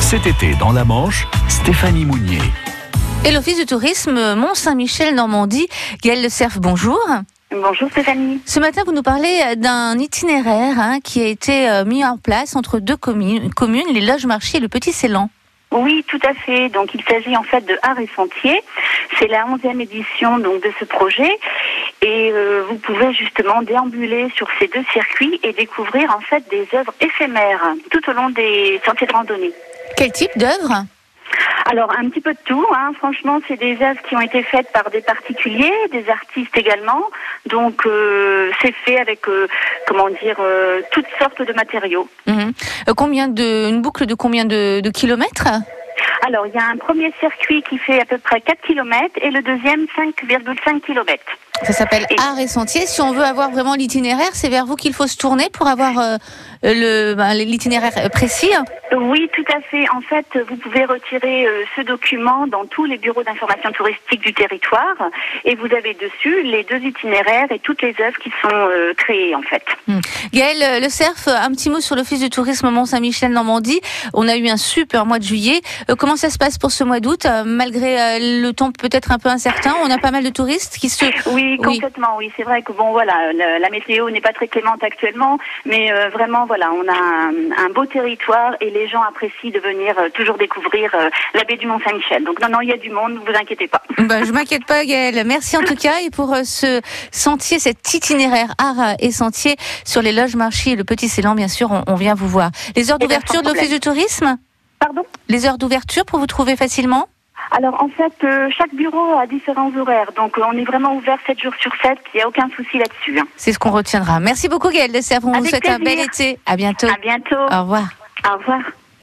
Cet été dans la Manche, Stéphanie Mounier. Et l'Office du tourisme Mont-Saint-Michel Normandie, Gaëlle Le Cerf, bonjour. Bonjour Stéphanie. Ce matin, vous nous parlez d'un itinéraire hein, qui a été euh, mis en place entre deux communes, communes, les Loges Marchés et le Petit Célan. Oui, tout à fait. Donc il s'agit en fait de Art et Sentier. C'est la onzième édition donc de ce projet et euh, vous pouvez justement déambuler sur ces deux circuits et découvrir en fait des œuvres éphémères tout au long des sentiers de randonnée. Quel type d'œuvre Alors un petit peu de tout. Hein. Franchement, c'est des œuvres qui ont été faites par des particuliers, des artistes également. Donc euh, c'est fait avec euh, comment dire euh, toutes sortes de matériaux. Mhm. Euh, Combien de, une boucle de combien de, de kilomètres Alors il y a un premier circuit qui fait à peu près 4 km et le deuxième 5,5 km. Ça s'appelle Et- Art et Sentier. Si on veut avoir vraiment l'itinéraire, c'est vers vous qu'il faut se tourner pour avoir euh, le- ben, l'itinéraire euh, précis. Oui, tout à fait. En fait, vous pouvez retirer euh, ce document dans tous les bureaux d'information touristique du territoire et vous avez dessus les deux itinéraires et toutes les œuvres qui sont euh, créées en fait. Gaël euh, Le Cerf, euh, un petit mot sur l'Office du tourisme Mont-Saint-Michel Normandie. On a eu un super mois de juillet. Euh, Comment ça se passe pour ce mois d'août Euh, Malgré euh, le temps peut-être un peu incertain, on a pas mal de touristes qui se... Oui, complètement. Oui, c'est vrai que bon, voilà, le- la météo n'est pas très clémente actuellement, mais euh, vraiment, voilà, on a un, un beau territoire et les gens apprécient de venir euh, toujours découvrir euh, la baie du Mont Saint-Michel. Donc non, non, il y a du monde. Ne vous inquiétez pas. Ben, je m'inquiète pas Gaël. Merci en tout cas et pour euh, ce sentier, cet itinéraire art et sentier sur les loges marchés et le petit Célan, bien sûr, on, on vient vous voir. Les heures Eh ben, d'ouverture sans de l'Office du tourisme Pardon. Les heures d'ouverture pour vous trouver facilement Alors en fait, euh, chaque bureau a différents horaires, donc euh, on est vraiment ouvert 7 jours sur 7, il n'y a aucun souci là-dessus. hein. C'est ce qu'on retiendra. Merci beaucoup Gaël de Cerf. On vous Avec souhaite un bel plaisir. été. À bientôt. À bientôt, Au revoir. au revoir.